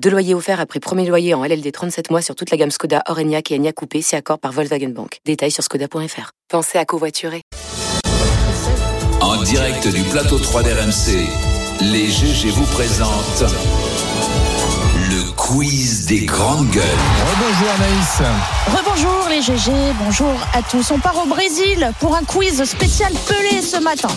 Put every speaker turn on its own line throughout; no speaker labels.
Deux loyers offerts après premier loyer en LLD 37 mois sur toute la gamme Skoda, Orenia et Enya Coupé, si accord par Volkswagen Bank. Détails sur skoda.fr. Pensez à covoiturer.
En direct du plateau 3 d'RMC, les GG vous présentent le quiz des grandes gueules.
Rebonjour Anaïs.
Rebonjour les GG, bonjour à tous. On part au Brésil pour un quiz spécial Pelé ce matin.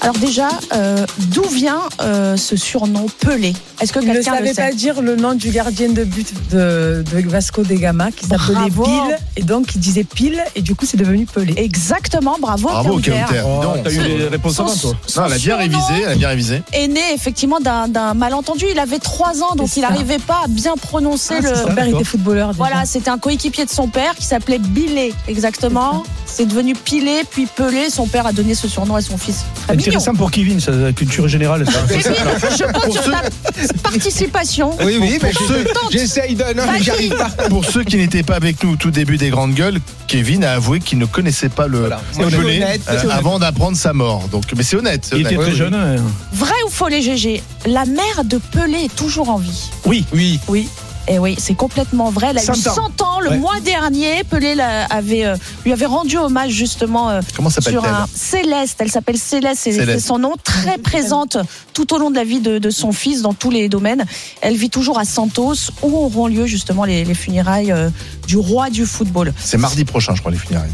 Alors déjà, euh, d'où vient euh, ce surnom Pelé Est-ce que
Il ne
quelqu'un le
savait
sait
pas dire le nom du gardien de but de, de Vasco de Gama qui s'appelait
Bravo.
Pile et donc il disait Pile et du coup c'est devenu Pelé.
Exactement, bravo.
Bravo,
Pierre.
Kéter.
Oh, T'as eu les réponses
Son-
avant, toi
son
Non, elle a bien
surnom
révisé, elle a bien révisé.
est né effectivement d'un d'un malentendu. Il avait 3 ans, donc
C'est
il
ça.
n'arrivait pas à bien prononcer
Ah,
le.
Son père était footballeur. déjà.
Voilà, c'était un coéquipier de son père qui s'appelait Billet, exactement. C'est devenu Pilé, puis Pelé. Son père a donné ce surnom à son fils. Très mignon.
Intéressant pour Kevin, ça, la culture générale. Ça.
Kevin, je compte sur ta participation.
Oui, oui, mais
pour
je-
ceux-
j'essaye de. Non, mais
Vas-y.
j'arrive pas.
Pour ceux qui n'étaient pas avec nous au tout début des Grandes Gueules, Kevin a avoué qu'il ne connaissait pas le
Voilà.
le
C'est
Pelé,
honnête,
euh,
c'est honnête.
avant d'apprendre sa mort. Donc, mais c'est honnête. c'est
Il était
honnête.
très
oui.
jeune. hein.
Vrai ou faux, les GG La mère de Pelé est toujours en vie.
Oui.
Oui.
Oui. Et oui, c'est complètement vrai. Elle a eu
100 ans.
100 ans le
Ouais.
mois dernier. Pelé la- avait, euh, lui avait rendu hommage justement euh,
Comment
sur
s'appelle-t-elle
un Céleste. Elle s'appelle Céleste, c'est
Céleste.
c'est son nom, très présente tout au long de la vie de, de son fils dans tous les domaines. Elle vit toujours à Santos où auront lieu justement les, les funérailles euh, du roi du football.
C'est mardi prochain, je crois, les funérailles.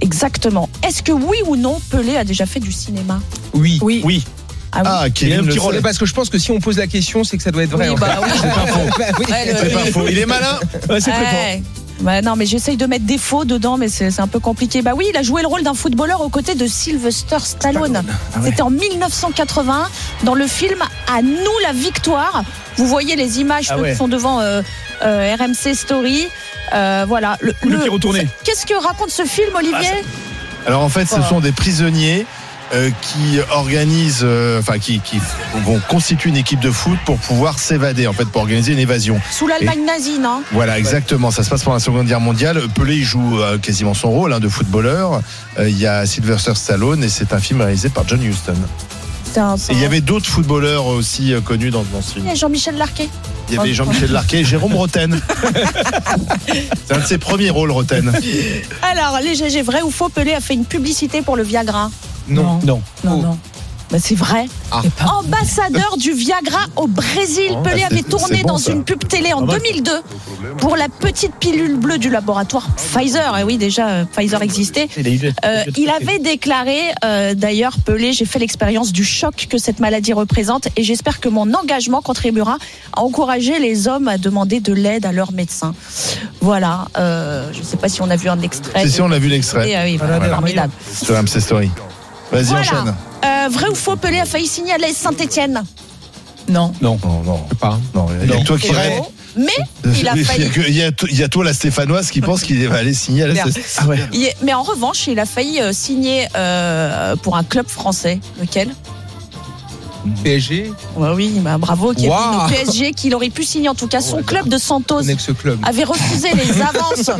Exactement. Est-ce que oui ou non, Pelé a déjà fait du cinéma
Oui.
Oui.
Oui.
Ah
Ah,
oui.
Il a un
Kevin
petit
le
rôle.
sait.
Mais Parce que je pense que si on pose la question, c'est que ça doit être vrai.
Oui,
en
bah oui.
fait. Bah oui.
Ouais, le-
C'est pas faux. Il est malin.
Ouais, c'est très fort.
Ouais. Ouais, non, mais j'essaye de mettre des faux dedans, mais c'est c'est un peu compliqué. Bah oui, il a joué le rôle d'un footballeur aux côtés de Sylvester Stallone.
Ah ouais.
C'était en 1980 dans le film À nous la victoire. Vous voyez les images
Ah
ceux qui
ouais.
sont devant euh, euh, RMC Story. Euh, voilà. Le,
Le pied retourné.
c'est- Qu'est-ce que raconte ce film, Olivier
Alors en fait, ce sont des prisonniers euh, qui organisent, euh, enfin qui, qui vont constituer une équipe de foot pour pouvoir s'évader, en fait, pour organiser une évasion.
Sous l'Allemagne nazie, non
Voilà, exactement. Ça se passe pendant la Seconde Guerre mondiale. Pelé il joue euh, quasiment son rôle hein, de footballeur. Euh, Il y a Sylvester Stallone et c'est un film réalisé par John Huston.
C'était un-
Et il y avait d'autres footballeurs aussi euh, connus dans, dans ce film.
Et Jean-Michel Larquet.
Il y avait Jean-Michel Larquet et Jérôme Roten. c'est un de ses premiers rôles, Roten.
Alors, les GG, vrai ou faux, Pelé a fait une publicité pour le Viagra.
Non.
Non.
Non,
Oh.
non.
Bah, c'est vrai.
Ah.
Ambassadeur du Viagra au Brésil,
Oh,
Pelé
bah,
avait
c'est- c'est
tourné
bon,
dans
ça.
une pub télé en
Ah, bah,
2002 pour la petite pilule bleue du laboratoire Pfizer. Et oui, déjà, euh, Pfizer existait.
Il, a eu-
Euh, il avait déclaré, euh, d'ailleurs, Pelé, j'ai fait l'expérience du choc que cette maladie représente et j'espère que mon engagement contribuera à encourager les hommes à demander de l'aide à leur médecin. Voilà, euh, je ne sais pas si on a vu un extrait.
Si, si, on a vu l'extrait
Et, euh, oui,
Voilà,
formidable.
sur MC Story. Vas-y,
Voilà.
enchaîne.
Euh, vrai ou faux, Pelé a failli signer à l'AS Saint-Etienne
Non.
Non, non.
Je sais pas.
Non, il y a
Non.
que toi qui
Vrai.
rêves.
Mais il a
y
failli.
que- il y a to- Il y a toi, la Stéphanoise, qui pense qu'il va aller signer à la
Merde.
SS.
Ah ouais.
Il est- Mais en revanche, il a failli euh, signer euh, pour un club français. Lequel
PSG,
Bah Oui, bah, bravo, Kevin.
Waouh.
Au PSG, qu'il aurait pu signer en tout cas son club de Santos.
on est que ce club.
Avait refusé les avances,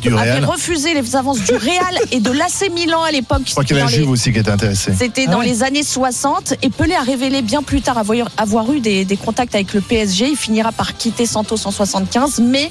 du
avait
Real.
refusé les avances du Real et de l'AC Milan à l'époque.
Je crois qu'il y a la
Dans les-
Juve aussi qui était intéressée.
C'était
Ah
dans
ouais.
les années 60 et Pelé a révélé bien plus tard avoir, avoir eu des, des contacts avec le PSG. Il finira par quitter Santos en 75, mais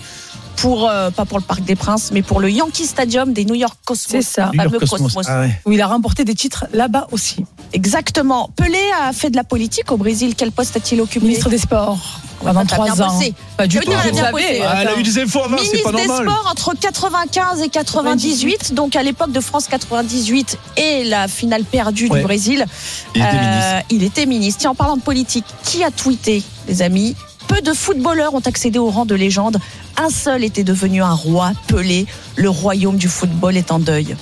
pour euh, pas pour le Parc des Princes, mais pour le Yankee Stadium des New York
C'est
Cosmos.
ça.
New York
Pablo
Cosmos.
Cosmos. Euh,
Ah ouais.
Où il a remporté des titres là-bas aussi.
Exactement. Pelé a fait de la politique au Brésil. Quel poste a-t-il occupé
Ministre des Sports
Ouais,
pendant
t'as
trois
bien
ans.
bossé.
Pas du
Oui,
tout.
t'as
vous
bien
savez, euh,
bossé.
attends.
Ah, elle a eu des infos avant, c'est
Ministre
pas
des
normal.
Sports entre 95 et 98, donc à l'époque de France 98 et la finale perdue
Ouais.
du Brésil.
Il était
Euh,
ministre.
il était ministre. Tiens, en parlant de politique, qui a tweeté, les amis Peu de footballeurs ont accédé au rang de légende. Un seul était devenu un roi, Pelé. Le royaume du football est en deuil.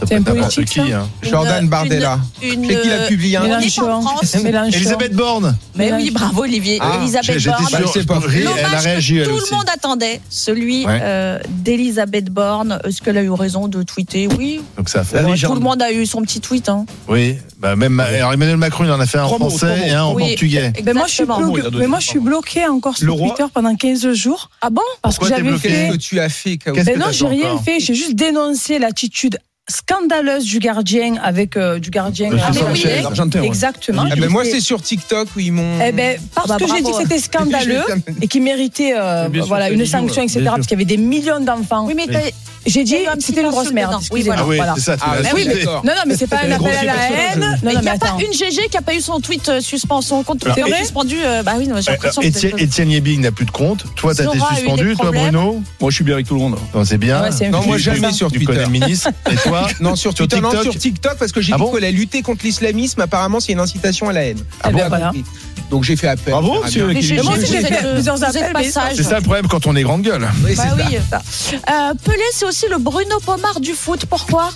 Ça
C'est
peut
un
être n'importe
politique,
qui.
ça
hein.
Jordan Bardella.
Une,
C'est qui l'a publié, hein
On est en
Mélenchon.
France.
Mélenchon.
Elisabeth Borne.
Mais oui, bravo Olivier.
Ah,
Elisabeth
J'étais
Borne.
sûr.
Elle s'est pas
je- Elle
prise.
a
L'hommage que
réagi elle
Tout
aussi.
le monde attendait celui
Ouais.
euh, d'Elisabeth Borne. Est-ce qu'elle a eu raison de tweeter Oui,
Donc ça fait.
La
Ouais,
légende.
tout le monde a eu son petit tweet. Hein.
Oui. Bah même alors Emmanuel Macron il en a fait un en
Trois mots, trois
français
mots.
et un en
Oui.
portugais.
Mais moi, je suis
Exactement.
Oui, il a
bloqué,
donné
mais moi, je suis
pardon.
bloqué encore
Le
sur
roi.
Twitter pendant 15 jours.
Ah bon
Parce
Pourquoi
que
t'es
j'avais
bloqué
fait.
Qu'est-ce que tu as fait, Kao
Qu'est-ce
Mais
que
non,
t'as
j'ai
fait
rien
encore
fait. J'ai juste dénoncé l'attitude scandaleuse du gardien avec euh, du gardien.
Parce que
Ah, mais
ça,
oui,
c'est-
oui.
L'Argentin, ouais.
Exactement.
Ah ben, Moi,
Et-
c'est sur TikTok où ils m'ont.
Eh ben, parce
Ah bah,
que j'ai dit
bravo.
que c'était scandaleux et qui méritait euh,
Mais bien sûr,
voilà,
c'est
une
idiot,
sanction,
bien
etc.
sûr.
Parce qu'il y avait des millions d'enfants.
Oui, mais
Oui.
J'ai dit
Il y a eu un petit
c'était une grosse
insulte
merde.
dedans. Oui,
excusez-moi,
Ah oui,
voilà.
c'est ça. tu
Ah,
l'as
mais
oui,
insulté.
d'accord.
Non, non, mais c'est pas un
C'était une
appel à la
grosse
haine.
insulte.
Non,
Mais
non,
il n'y
mais
a
attends.
pas une GG qui a pas eu son tweet euh, suspens, son compte
Alors,
Twitter
et-
suspendu. euh, bah oui, non, j'ai l'impression que
Étienne
c'est-
Étienne Yebing n'a plus de compte. Toi, t'as été
Zora a eu des
suspendu. Toi,
problèmes.
Bruno.
Moi, je suis bien avec tout le monde.
Non, c'est bien.
Ouais, c'est un
Tu-
Non, moi,
tu-
jamais sur
Tu connais
Twitter.
le ministre. Et toi
Non, sur
Sur
Twitter, non,
TikTok
sur TikTok, parce que j'ai
Ah
dit
bon
qu'elle a lutté contre l'islamisme. Apparemment, c'est une incitation à la haine.
Ah bon,
J'ai
voilà.
compris. Donc j'ai fait appel.
Bravo,
On verra
monsieur.
bien.
Les GG,
Mais moi aussi,
vous
j'ai
êtes,
fait
euh,
plusieurs
vous êtes
appels,
pas
mais-
sages.
C'est ça le problème quand on est grande gueule.
Oui, c'est
Bah
ça.
oui. Euh, Pelé, c'est aussi le Bruno Pomar du foot. Pourquoi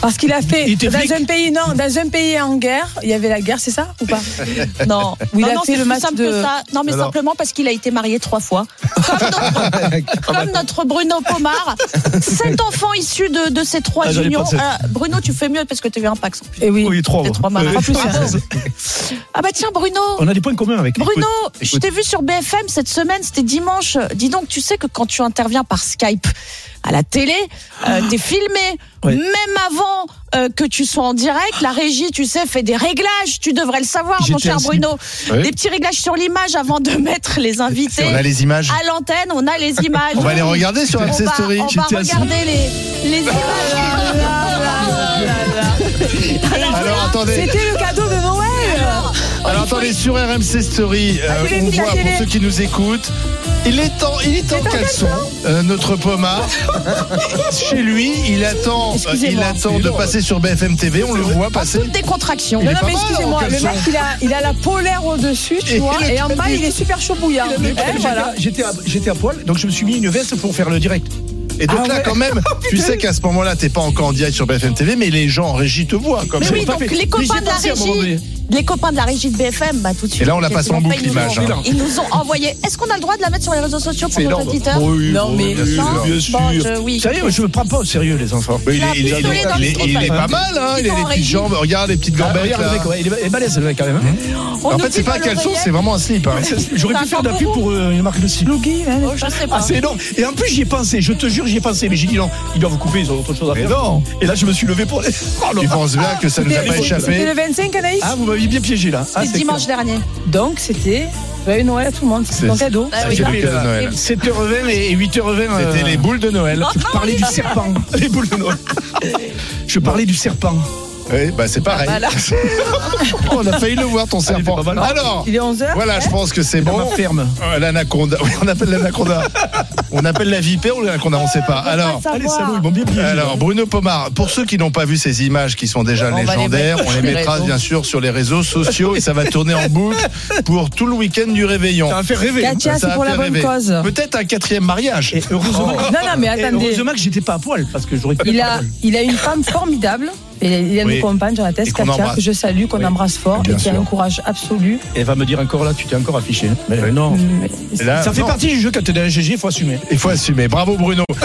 Parce qu'il a fait
Il était flic.
dans un pays non, dans un pays en guerre, il y avait la guerre, c'est ça ou pas
Non,
Oui, il
non,
a
non,
fait
c'est
le
plus
match
simple
de-
que ça. Non, mais
Alors.
simplement parce qu'il a été marié trois fois. Comme
Bah
notre, comme notre Bruno Pomar, sept enfants issus de, de ces trois
Ah, j'allais
unions.
pas dire.
Euh, Bruno, tu fais mieux parce que tu as eu un pack. sans plus.
Et Eh oui.
Oui, trois.
Les trois
Euh,
marins.
En plus,
trois.
c'est-
Ah bah tiens, Bruno,
On a des points communs avec.
Bruno, je
écoute.
t'ai vu sur BFM cette semaine, c'était dimanche. Dis donc, tu sais que quand tu interviens par Skype à la télé,
Ah.
euh, t'es filmé.
Ouais.
Même avant euh, que tu sois en direct, la régie, tu sais, fait des réglages. Tu devrais le savoir, mon
J'étais
cher
en slip.
Bruno.
Ouais.
Des petits réglages sur l'image avant de mettre les invités
On a les images.
à l'antenne. On a les images.
On va les regarder sur
On
MC
va-
Story.
on va
J'étais assis.
regarder les, les images.
Alors attendez,
C'était le cadeau de Noël.
alors attendez sur RMC Story,
Ah,
euh,
Allez,
on
les
voit
filles,
pour
allez.
ceux qui nous écoutent, il est temps, il est en caleçon, euh, notre Pomar. Chez lui, il attend, euh, il
Excusez-moi.
attend de passer sur BFM TV. On le voit passer.
Toute décontraction.
Il est
Non,
pas
mais
mal, en
excusez-moi, le
caleçon.
mec il a, il a la polaire au-dessus,
Et
tu vois,
le
et en bas
capuche.
il est super chaud bouillant. Eh, voilà.
J'étais à, j'étais à poil, donc je me suis mis une veste pour faire le direct.
Et donc
Ah
là,
ouais.
quand même, tu sais qu'à ce moment-là, t'es pas encore en direct sur BFM TV, mais les gens en régie te voient. Comme
Mais
ça.
oui,
pas
donc
fait.
les
Mais
copains
j'y
de la
pensais à un moment
régie, les copains de la régie de BFM, bah tout de suite.
Et là, on la passe en
effectivement,
boucle, l'image,
ils nous ont-
hein.
Ils nous ont envoyé. Est-ce qu'on a le droit de la mettre sur les réseaux sociaux pour
C'est
nos
énorme.
auditeurs
Oui,
Non, mais-
bien sûr.
Non,
Bien sûr.
bon, je- oui.
Ça y est, je me prends pas au sérieux, les enfants.
Mais il,
La
est, il est-
pistolet
il
dans le
est-
micro,
il
ça
est
va.
pas mal, hein,
Ils
il a
sont
les
en
petites
régie.
jambes, regarde les petites
Ah,
gambettes
regarde le
là.
mec, ouais, il est- il est balèze le mec quand même. hein.
On
En
nous
fait,
dit
c'est pas un
le
caleçon,
voyait.
c'est vraiment un slip. hein.
J'aurais
C'est
pu
un
faire de la pub
kangourou.
pour euh, une marque de slip.
Logi, hein.
Oh, Je sais
Ah,
pas.
c'est énorme. Et en plus, j'y ai pensé, je te jure, j'y ai pensé. Mais j'ai dit non, ils doivent couper, ils ont autre chose à
Mais
faire.
non.
Et là, je me suis levé pour. Oh,
Tu
là.
penses bien que ça nous a
C'était
pas
c'était
échappé.
le 25 Anaïs
Ah, vous m'aviez bien piégé là. Ah,
C'est dimanche dernier.
Donc c'était joyeux Noël à tout le monde,
C'est-
c'est ton cadeau.
Ah oui.
C'était le cadeau de Noël.
7h20 et 8h20.
C'était les boules de Noël.
euh,
Oh,
Je parlais du serpent. Les boules de Noël. Je parlais du serpent.
Oui, bah c'est pareil. On a failli le voir ton
il
serpent.
était pas mal.
Alors,
Il est 11h.
voilà, je pense que c'est
Dans
bon.
ma ferme.
Euh, L'anaconda. Oui, on appelle l'anaconda. on appelle la vipère ou l'anaconda, on sait pas. Alors.
Ah,
Allez, salaud, ils m'ont bien piégé.
Alors Bruno Pomar, pour ceux qui n'ont pas vu ces images qui sont déjà
On va les
légendaires,
mettre
on
sur
les
les
mettra
réseaux.
bien sûr sur les réseaux sociaux et ça va tourner en boucle pour tout le week-end du réveillon.
Ça va faire rêver. hein.
Katia,
Ça
c'est
va
pour la
faire
bonne
rêver.
cause.
Peut-être un quatrième mariage.
Et heureusement,
Non, non, mais
et
Oh. attendez.
heureusement que j'étais pas à poil parce que j'aurais pu.
Il
être à
a,
poil.
il a une femme formidable. Et il a
Oui.
une compagne,
Et
Jonathan
qu'on
Katia,
embrasse.
que je salue, qu'on
Oui.
embrasse fort
Bien
et qui a
sûr.
un courage absolu.
Et elle va me dire encore là, tu t'es encore affiché. Mais euh, non. Ah,
Hum,
Et là,
Ça fait
non,
partie du jeu quand t'es dans un GG, il faut assumer.
Il faut assumer. Bravo Bruno.